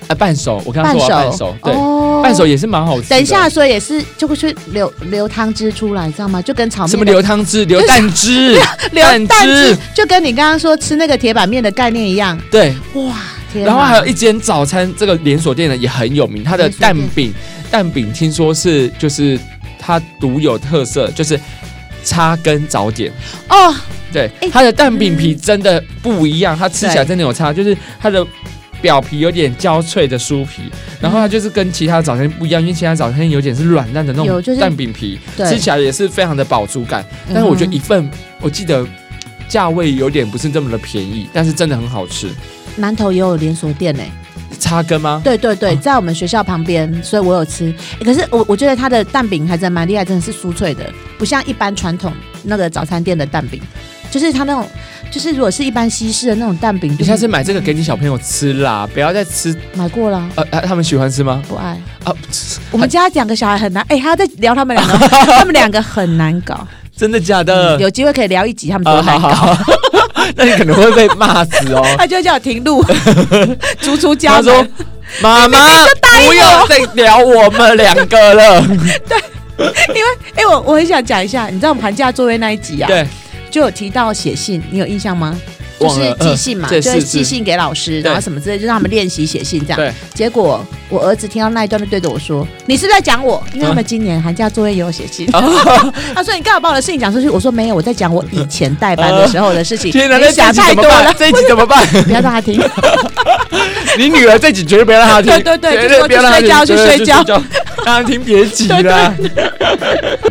[SPEAKER 2] 啊半熟，我刚刚说我要半熟，对，
[SPEAKER 1] 哦
[SPEAKER 2] 半熟也是蛮好吃的。
[SPEAKER 1] 等一下，，所以也是就会去流流汤汁出来，你知道吗？就跟炒面
[SPEAKER 2] 什么
[SPEAKER 1] 的
[SPEAKER 2] 流汤汁、流蛋汁，
[SPEAKER 1] 流
[SPEAKER 2] 蛋
[SPEAKER 1] 蛋
[SPEAKER 2] 汁
[SPEAKER 1] 汁，就跟你刚刚说吃那个铁板面的概念一样。
[SPEAKER 2] 对。
[SPEAKER 1] 哇，天哪！
[SPEAKER 2] 然后还有一间早餐，这个连锁店呢也很有名，它的
[SPEAKER 1] 连锁
[SPEAKER 2] 蛋
[SPEAKER 1] 店
[SPEAKER 2] 饼，蛋饼听说是就是它独有特色，就是插根早点。
[SPEAKER 1] 哦，
[SPEAKER 2] 对
[SPEAKER 1] 哎，
[SPEAKER 2] 它的蛋饼皮真的不一样，它吃起来
[SPEAKER 1] 对
[SPEAKER 2] 真的有差，就是它的表皮有点焦脆的酥皮，然后它就是跟其他早餐不一样，因为其他早餐有点是软烂的那
[SPEAKER 1] 有就
[SPEAKER 2] 种
[SPEAKER 1] 是
[SPEAKER 2] 蛋饼皮，
[SPEAKER 1] 对嗯
[SPEAKER 2] 吃起来也是非常的饱足感。但是我觉得一份，我记得价位有点不是这么的便宜，但是真的很好吃。
[SPEAKER 1] 南头也有连锁店呢、
[SPEAKER 2] 插根吗？
[SPEAKER 1] 对对对，
[SPEAKER 2] 哦
[SPEAKER 1] 在我们学校旁边，所以我有吃。欸可是我我觉得它的蛋饼还真的蛮厉害，真的是酥脆的，不像一般传统那个早餐店的蛋饼，就是它那种，就是如果是一般西式的那种蛋饼，
[SPEAKER 2] 你
[SPEAKER 1] 就
[SPEAKER 2] 下
[SPEAKER 1] 是
[SPEAKER 2] 次买这个给你小朋友吃啦，不要再吃。
[SPEAKER 1] 买过了啊、
[SPEAKER 2] 呃，啊他们喜欢吃吗？
[SPEAKER 1] 不爱。
[SPEAKER 2] 啊，
[SPEAKER 1] 我们家两个小孩很难，哎、还要再聊他们 两个，他们两个很难搞。
[SPEAKER 2] 真的假的
[SPEAKER 1] 嗯、？有机会可以聊一集他们
[SPEAKER 2] 呃啊，
[SPEAKER 1] 多
[SPEAKER 2] 好
[SPEAKER 1] 难搞。
[SPEAKER 2] 好好， 那你可能会被骂死哦。
[SPEAKER 1] 他就会叫我停 录， 逐出 家
[SPEAKER 2] 他说
[SPEAKER 1] 门。：“
[SPEAKER 2] 妈妈，不要再聊我们两 个了。
[SPEAKER 1] 哎、我我很想讲一下，你知道我们寒假作业那一集”啊，
[SPEAKER 2] 对，
[SPEAKER 1] 就有提到写信，你有印象吗？就
[SPEAKER 2] 忘
[SPEAKER 1] 是
[SPEAKER 2] 了呃
[SPEAKER 1] 寄信嘛，
[SPEAKER 2] 这
[SPEAKER 1] 就是是
[SPEAKER 2] 是
[SPEAKER 1] 寄信给老师，
[SPEAKER 2] 对
[SPEAKER 1] 然后什么之类，就让他们练习写信这样。
[SPEAKER 2] 对，
[SPEAKER 1] 结果我儿子听到那一段，就对着我说：“你是不是在讲
[SPEAKER 2] 啊
[SPEAKER 1] 我？”因为他们今年寒假作业也有写信，
[SPEAKER 2] 哦
[SPEAKER 1] 他说：“你干嘛把我的事情讲出去？”我说：“没有，我在讲我以前代班的时候的事 情。
[SPEAKER 2] 天哪，
[SPEAKER 1] 你
[SPEAKER 2] 那这一
[SPEAKER 1] 想
[SPEAKER 2] 集
[SPEAKER 1] 太
[SPEAKER 2] 怎么
[SPEAKER 1] 多了
[SPEAKER 2] 办？，这一集怎么办？
[SPEAKER 1] 不要让他 听。
[SPEAKER 2] 你女儿这一集绝对不要让她听，
[SPEAKER 1] 对对对
[SPEAKER 2] 绝
[SPEAKER 1] 就说
[SPEAKER 2] 不要让她听
[SPEAKER 1] 去睡觉去睡觉
[SPEAKER 2] 绝对去睡觉让她听别急啦。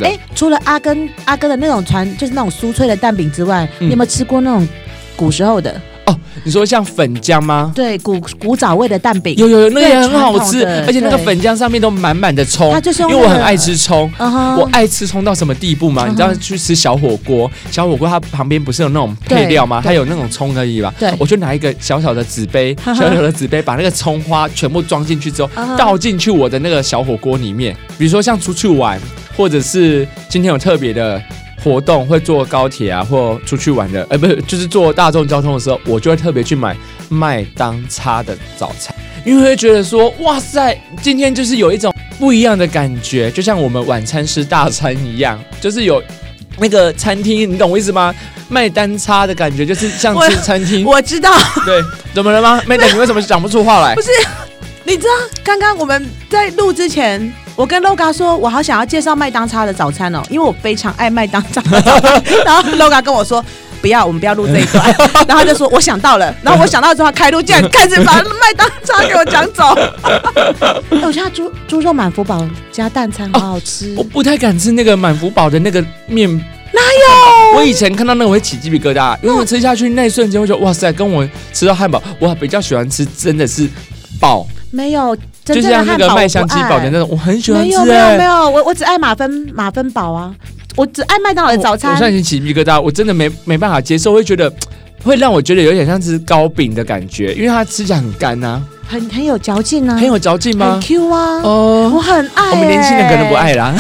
[SPEAKER 1] 哎、除了阿根阿根的那种传，就是那种酥脆的蛋饼之外，
[SPEAKER 2] 嗯
[SPEAKER 1] 你有没有吃过那种古时候的？
[SPEAKER 2] 哦，你说像粉浆吗？
[SPEAKER 1] 对，古古早味的蛋饼，
[SPEAKER 2] 有有有，那个
[SPEAKER 1] 对
[SPEAKER 2] 也很好
[SPEAKER 1] 传统
[SPEAKER 2] 吃，
[SPEAKER 1] 的
[SPEAKER 2] 而且那个
[SPEAKER 1] 对
[SPEAKER 2] 粉浆上面都满满的葱，
[SPEAKER 1] 它就是
[SPEAKER 2] 因
[SPEAKER 1] 用
[SPEAKER 2] 为我
[SPEAKER 1] 那
[SPEAKER 2] 很
[SPEAKER 1] 个
[SPEAKER 2] 爱吃葱。
[SPEAKER 1] 嗯哼
[SPEAKER 2] 我爱吃葱到什么地步吗？
[SPEAKER 1] 嗯哼
[SPEAKER 2] 你知道去吃小火锅，小火锅它旁边不是有那种配料吗？
[SPEAKER 1] 对
[SPEAKER 2] 它有那种葱而已吧。
[SPEAKER 1] 对
[SPEAKER 2] 我就拿一个小小的纸杯，小
[SPEAKER 1] 嗯哼
[SPEAKER 2] 小的纸杯把那个葱花全部装进去之后，
[SPEAKER 1] 嗯哼
[SPEAKER 2] 倒进去我的那个小火锅里面。比如说像出去玩，或者是今天有特别的。活动会坐高铁啊，或出去玩的，呃，不是，就是坐大众交通的时候，我就会特别去买麦当叉的早餐，因为会觉得说，哇塞，今天就是有一种不一样的感觉，就像我们晚餐吃大餐一样，就是有那个餐厅，你懂我意思吗？麦当叉的感觉，就是像
[SPEAKER 1] 我
[SPEAKER 2] 吃餐厅。
[SPEAKER 1] 我知道，
[SPEAKER 2] 对，怎么了吗？麦当，你为什么讲不出话来
[SPEAKER 1] 不？是， 你知道刚刚我们在录之前，我跟 LOGA 说，我好想要介绍麦当叉的早餐哦，因为我非常爱麦当叉的早餐。 然后 LOGA 跟我说。不要，我们不要录这一段。 然后他就说我想到了，然后我想到之后，他开录竟然开始把麦当叉给我讲 走。哎我觉得他猪猪肉满福堡加蛋餐好好 吃
[SPEAKER 2] 我不太敢吃那个满福堡的那个面。哪有？我以前看到那个会起鸡皮疙瘩，因为我吃下去那一瞬间，我觉得哇塞，跟我吃到汉堡，我比较喜欢吃真的是堡，
[SPEAKER 1] 没有真
[SPEAKER 2] 就
[SPEAKER 1] 正的
[SPEAKER 2] 像那
[SPEAKER 1] 汉
[SPEAKER 2] 个
[SPEAKER 1] 堡
[SPEAKER 2] 麦
[SPEAKER 1] 我
[SPEAKER 2] 香
[SPEAKER 1] 不
[SPEAKER 2] 鸡堡的
[SPEAKER 1] 爱
[SPEAKER 2] 那种，我很喜欢
[SPEAKER 1] 没
[SPEAKER 2] 吃、
[SPEAKER 1] 有没
[SPEAKER 2] 欸
[SPEAKER 1] 有没。有，我我只爱马芬马芬堡啊，我只爱麦当劳的早
[SPEAKER 2] 我
[SPEAKER 1] 餐
[SPEAKER 2] 我。现在已经起鸡皮疙瘩，我真的没没办法接受，会觉得会让我觉得有点像是糕饼的感觉，因为它吃起来很干啊，
[SPEAKER 1] 很很有嚼劲啊，
[SPEAKER 2] 很有嚼劲吗
[SPEAKER 1] 很？Q 啊，我
[SPEAKER 2] 嗯哦，
[SPEAKER 1] 很爱、
[SPEAKER 2] 我们年轻人可能不爱。啦，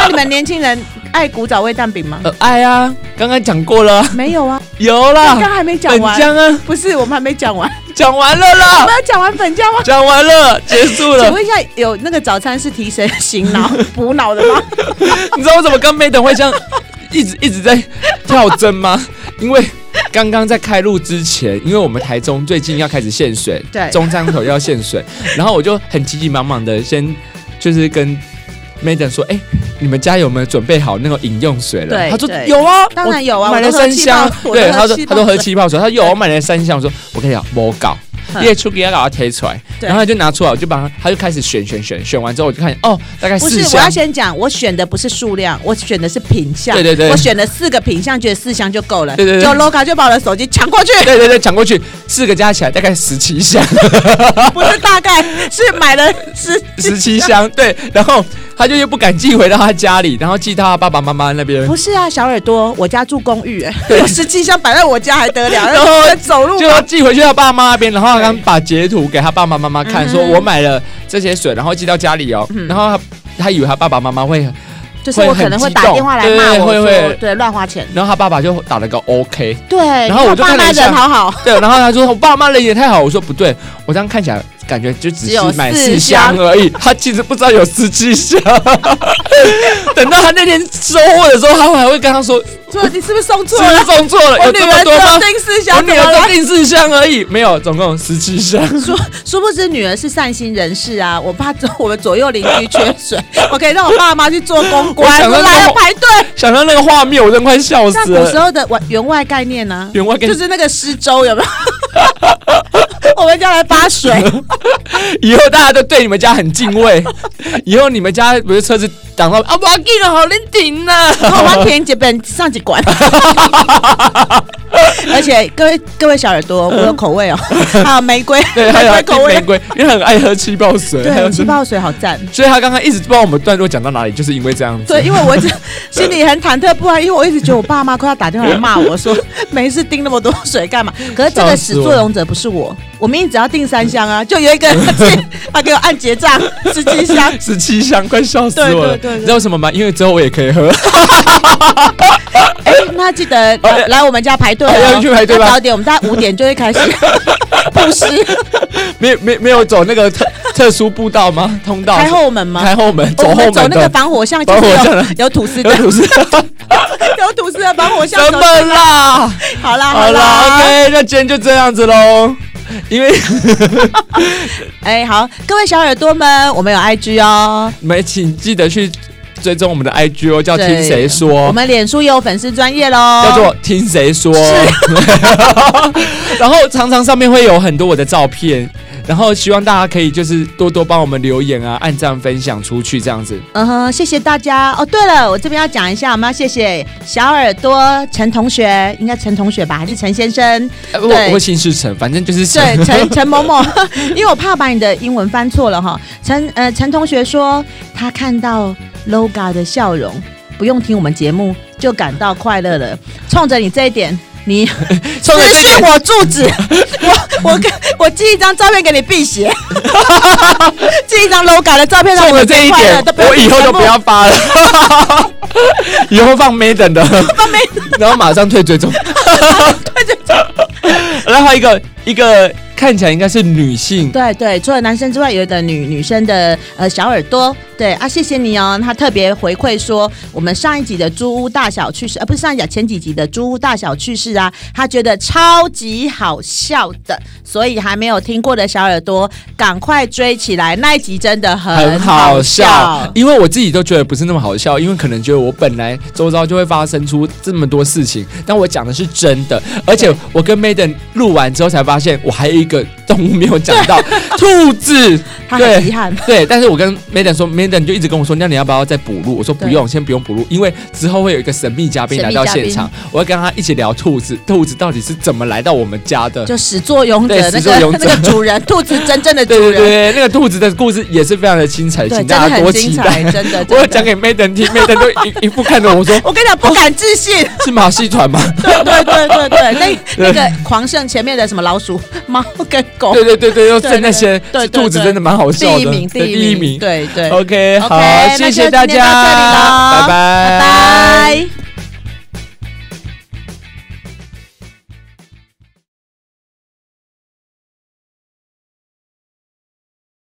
[SPEAKER 1] 那你们年轻人爱古早味蛋饼 吗？
[SPEAKER 2] 呃，爱啊，刚刚讲过了，
[SPEAKER 1] 没有啊，
[SPEAKER 2] 有
[SPEAKER 1] 刚刚
[SPEAKER 2] 啦，
[SPEAKER 1] 还没讲
[SPEAKER 2] 本
[SPEAKER 1] 完。
[SPEAKER 2] 浆啊，
[SPEAKER 1] 不是，我们还没讲完，
[SPEAKER 2] 讲完了
[SPEAKER 1] 我
[SPEAKER 2] 啦，
[SPEAKER 1] 们要讲完本家吗？
[SPEAKER 2] 讲完了，结束
[SPEAKER 1] 请
[SPEAKER 2] 了。
[SPEAKER 1] 问一下，有那个早餐是提神醒 脑、补脑的吗？
[SPEAKER 2] 你知道我怎么跟 Madam 会这样一直一直在跳针吗？因为刚刚在开录之前，因为我们台中最近要开始限水，
[SPEAKER 1] 对
[SPEAKER 2] 中山口要限水，然后我就很急急忙忙的先就是跟 Madam 说，哎、你们家有没有准备好那个饮用水了？
[SPEAKER 1] 对
[SPEAKER 2] 他说
[SPEAKER 1] 对
[SPEAKER 2] 有啊，
[SPEAKER 1] 当然有啊
[SPEAKER 2] 我买了
[SPEAKER 1] 我都喝
[SPEAKER 2] 三
[SPEAKER 1] 气
[SPEAKER 2] 箱
[SPEAKER 1] 泡。我都
[SPEAKER 2] 对，
[SPEAKER 1] 喝
[SPEAKER 2] 他说
[SPEAKER 1] 气
[SPEAKER 2] 他
[SPEAKER 1] 泡
[SPEAKER 2] 都喝
[SPEAKER 1] 水
[SPEAKER 2] 气泡水，他说有，啊
[SPEAKER 1] 对
[SPEAKER 2] 我买了三箱。我说我跟你讲，没搞。
[SPEAKER 1] 哼
[SPEAKER 2] 列出给他把它贴出来，
[SPEAKER 1] 对
[SPEAKER 2] 然后他就拿出来，我就把它，他就开始选选选，选完之后我就看，哦，大概
[SPEAKER 1] 不
[SPEAKER 2] 四
[SPEAKER 1] 是，我
[SPEAKER 2] 箱
[SPEAKER 1] 要。先讲，我选的不是数量，我选的是品相。
[SPEAKER 2] 对对对
[SPEAKER 1] 我选了四个品相，觉得四箱就够了。
[SPEAKER 2] 对对对
[SPEAKER 1] 就 LOGA 就把我的手机抢过去，
[SPEAKER 2] 对对对，抢过去，四个加起来大概十七箱，哦
[SPEAKER 1] 不是大概是买了十
[SPEAKER 2] 十七箱，对，然后他就又不敢寄回到他家里，然后寄到他爸爸妈妈那边，
[SPEAKER 1] 不是啊，小耳朵，我家住公寓、哎，
[SPEAKER 2] 对
[SPEAKER 1] 有十七箱摆在我家还得了？
[SPEAKER 2] 然后
[SPEAKER 1] 那走路
[SPEAKER 2] 就
[SPEAKER 1] 吧
[SPEAKER 2] 要寄回去他爸妈那边，然后他刚把截图给他爸爸妈妈看，
[SPEAKER 1] 嗯
[SPEAKER 2] 说我买了这些水，然后寄到家里哦，
[SPEAKER 1] 嗯
[SPEAKER 2] 然后他他以为他爸爸妈妈会，
[SPEAKER 1] 就是我可能会打电话来骂我
[SPEAKER 2] 会
[SPEAKER 1] 说，
[SPEAKER 2] 很激动对对对会会
[SPEAKER 1] 对，乱花钱，
[SPEAKER 2] 然后他爸爸就打了个 OK，
[SPEAKER 1] 对，
[SPEAKER 2] 然后我就
[SPEAKER 1] 爸
[SPEAKER 2] 看了
[SPEAKER 1] 妈
[SPEAKER 2] 一下
[SPEAKER 1] 人好 好，
[SPEAKER 2] 对，然后他说我爸妈人也太好，我说不对，我这样看起来感觉就只
[SPEAKER 1] 只
[SPEAKER 2] 是
[SPEAKER 1] 有
[SPEAKER 2] 买
[SPEAKER 1] 四
[SPEAKER 2] 四箱
[SPEAKER 1] 箱
[SPEAKER 2] 而已，他其实不知道有十七箱。 等到他那天收货的时候，他还会跟他说
[SPEAKER 1] 说你是不是送
[SPEAKER 2] 是
[SPEAKER 1] 错
[SPEAKER 2] 不是
[SPEAKER 1] 了？
[SPEAKER 2] 送错了？
[SPEAKER 1] 啊我
[SPEAKER 2] 有
[SPEAKER 1] 女
[SPEAKER 2] 这
[SPEAKER 1] 儿
[SPEAKER 2] 么
[SPEAKER 1] 只
[SPEAKER 2] 多吗
[SPEAKER 1] 有？订四
[SPEAKER 2] 我
[SPEAKER 1] 箱，
[SPEAKER 2] 女
[SPEAKER 1] 怎么
[SPEAKER 2] 儿
[SPEAKER 1] 了
[SPEAKER 2] 就？订四箱而已，没有，总共十七箱。
[SPEAKER 1] 殊殊不知女儿是善心人士啊！我爸我们左右邻居缺水，我可以让我爸妈去做公
[SPEAKER 2] 我
[SPEAKER 1] 关，
[SPEAKER 2] 想
[SPEAKER 1] 我
[SPEAKER 2] 到
[SPEAKER 1] 来
[SPEAKER 2] 那
[SPEAKER 1] 了
[SPEAKER 2] 种
[SPEAKER 1] 排队。
[SPEAKER 2] 想到那个画面，我真快笑
[SPEAKER 1] 像
[SPEAKER 2] 死
[SPEAKER 1] 古时
[SPEAKER 2] 了。
[SPEAKER 1] 候的员员外概念呢、
[SPEAKER 2] 员外概念
[SPEAKER 1] 就是那个施粥有没有？ 我们家来发水，
[SPEAKER 2] 以后大家都对你们家很敬 畏，以后你们家不是车子挡到啊，不要紧了，好啊难停呐。
[SPEAKER 1] 然后我要填几本上几 管。而且各位各位小耳朵，我有口味 哦，还有玫瑰，
[SPEAKER 2] 对，还
[SPEAKER 1] 玫
[SPEAKER 2] 有
[SPEAKER 1] 瑰口
[SPEAKER 2] 玫
[SPEAKER 1] 味，
[SPEAKER 2] 瑰，因为很爱喝气泡水。还有
[SPEAKER 1] 对，气泡水好赞。
[SPEAKER 2] 所以他刚刚一直不知道我们段落讲到哪里，就是因为这样子。
[SPEAKER 1] 对，因为我一直心里很忐忑不安，因为我一直觉得我爸妈快要打电话来骂我 说没事订那么多水干嘛。可是这
[SPEAKER 2] 笑
[SPEAKER 1] 个
[SPEAKER 2] 死
[SPEAKER 1] 始
[SPEAKER 2] 我
[SPEAKER 1] 作俑者不是我，我明明只要订三箱啊，就 有一个人他给我按结账十七箱，
[SPEAKER 2] 十七箱，快笑死我了！
[SPEAKER 1] 对对对对
[SPEAKER 2] 你知道为什么吗？因为之后我也可以喝，
[SPEAKER 1] 哎，那记得来来我们家排队哦，
[SPEAKER 2] 哎要去排队吧
[SPEAKER 1] 要早点，我们大概五点就会 开始布施
[SPEAKER 2] 没有没有没有走那个 特特殊步道吗？通道
[SPEAKER 1] 开后门吗？
[SPEAKER 2] 开后门，走
[SPEAKER 1] 我
[SPEAKER 2] 后
[SPEAKER 1] 们走
[SPEAKER 2] 门
[SPEAKER 1] 那个
[SPEAKER 2] 的。
[SPEAKER 1] 防火巷，就
[SPEAKER 2] 防
[SPEAKER 1] 是
[SPEAKER 2] 火巷
[SPEAKER 1] 有
[SPEAKER 2] 的
[SPEAKER 1] 有吐司的
[SPEAKER 2] 有，吐司
[SPEAKER 1] 有吐司的防火巷
[SPEAKER 2] 什
[SPEAKER 1] 走。
[SPEAKER 2] 么啦？
[SPEAKER 1] 好啦
[SPEAKER 2] 好
[SPEAKER 1] 好
[SPEAKER 2] 啦
[SPEAKER 1] 啦，
[SPEAKER 2] ，OK，那今天就这样子喽。因为
[SPEAKER 1] 哎好，各位小耳朵们，我们有 IG 哦。
[SPEAKER 2] 你们请记得去追踪我们的 IG 哦，叫听
[SPEAKER 1] 对
[SPEAKER 2] 谁
[SPEAKER 1] 我
[SPEAKER 2] 说，
[SPEAKER 1] 们脸书也有粉丝专业喽，
[SPEAKER 2] 叫做听 谁说。然后常常上面会有很多我的照片，然后希望大家可以就是多多帮我们留言啊，按赞分享出去这样子。
[SPEAKER 1] 嗯哼，谢谢大家。哦，对了，我这边要讲一下，我们要谢谢小耳朵陈同学，应该陈同学吧，还是陈先生？
[SPEAKER 2] 呃我
[SPEAKER 1] 对
[SPEAKER 2] 我会姓氏成，反正就是成。
[SPEAKER 1] 对，陈陈某 某，因为我怕把你的英文翻错了哈。陈呃，陈同学说他看到 LOGA 的笑容，不用听我们节目就感到快乐了。冲着你这一点，你
[SPEAKER 2] 冲着这一
[SPEAKER 1] 私
[SPEAKER 2] 点
[SPEAKER 1] 信我住址，我我跟我寄一张照片给你辟邪， 寄一张 LOGA 的照片让
[SPEAKER 2] 冲
[SPEAKER 1] 你们
[SPEAKER 2] 着这
[SPEAKER 1] 变
[SPEAKER 2] 一
[SPEAKER 1] 快乐
[SPEAKER 2] 点
[SPEAKER 1] 都，不用
[SPEAKER 2] 我以后
[SPEAKER 1] 听节
[SPEAKER 2] 就
[SPEAKER 1] 目
[SPEAKER 2] 不要发了， 以后放 Maiden 的，放 Maiden，然后马上退追踪，退追踪。 然后还有一个一个看起来应该是女性，
[SPEAKER 1] 对对，除了男生之外，有一个女女生的呃小耳朵，对啊，谢谢你哦。她特别回馈说，我们上一集的租屋大小趣事，呃，不是上一集前几集的租屋大小趣事啊，她觉得超级好笑的，所以还没有听过的小耳朵，赶快追起来，那一集真的很
[SPEAKER 2] 很
[SPEAKER 1] 好
[SPEAKER 2] 好笑，因为我自己都觉得不是那么好笑，因为可能觉得我本来周遭就会发生出这么多事情，但我讲的是真的，而且我跟 Maiden 录完之后才发现，我还有一个动物没有讲 到，兔子。
[SPEAKER 1] 她
[SPEAKER 2] 对
[SPEAKER 1] 很遗憾，
[SPEAKER 2] 对，但是我跟 Maiden 说，Maiden 就一直跟我说，那你要不要再补录？我说不用，先不用补录，因为之后会有一个神秘嘉宾
[SPEAKER 1] 神
[SPEAKER 2] 来
[SPEAKER 1] 秘
[SPEAKER 2] 到
[SPEAKER 1] 嘉
[SPEAKER 2] 现
[SPEAKER 1] 宾
[SPEAKER 2] 场，我要跟他一起聊兔子，兔子到底是怎么来到我们家的？
[SPEAKER 1] 就始作俑者那
[SPEAKER 2] 对始作
[SPEAKER 1] 个
[SPEAKER 2] 俑
[SPEAKER 1] 那
[SPEAKER 2] 者
[SPEAKER 1] 个主人，兔子真正的主
[SPEAKER 2] 对对
[SPEAKER 1] 人，
[SPEAKER 2] 对，那个兔子的故事也是非常的精彩，
[SPEAKER 1] 对
[SPEAKER 2] 请
[SPEAKER 1] 真的
[SPEAKER 2] 大家多
[SPEAKER 1] 很精
[SPEAKER 2] 期
[SPEAKER 1] 彩，
[SPEAKER 2] 待。
[SPEAKER 1] 真的。
[SPEAKER 2] 我有
[SPEAKER 1] 真的
[SPEAKER 2] 讲给 Maiden 听，Maiden 都一 一副看着我说
[SPEAKER 1] 我跟你讲，不敢置信。：“
[SPEAKER 2] 是马戏团 吗
[SPEAKER 1] 对对对对对，那那个狂胜前面的什么老鼠、猫跟？”狗，
[SPEAKER 2] 对对对对，又
[SPEAKER 1] 对
[SPEAKER 2] 是那些
[SPEAKER 1] 哦对对对
[SPEAKER 2] 兔子，真的蛮好
[SPEAKER 1] 第
[SPEAKER 2] 笑的。
[SPEAKER 1] 一名，第
[SPEAKER 2] 对
[SPEAKER 1] 一名，
[SPEAKER 2] 第一名。
[SPEAKER 1] 对对，
[SPEAKER 2] OK，好，
[SPEAKER 1] 那就
[SPEAKER 2] 谢谢
[SPEAKER 1] 今
[SPEAKER 2] 大
[SPEAKER 1] 天到这里
[SPEAKER 2] 家，
[SPEAKER 1] 咯
[SPEAKER 2] 拜拜
[SPEAKER 1] 拜。拜。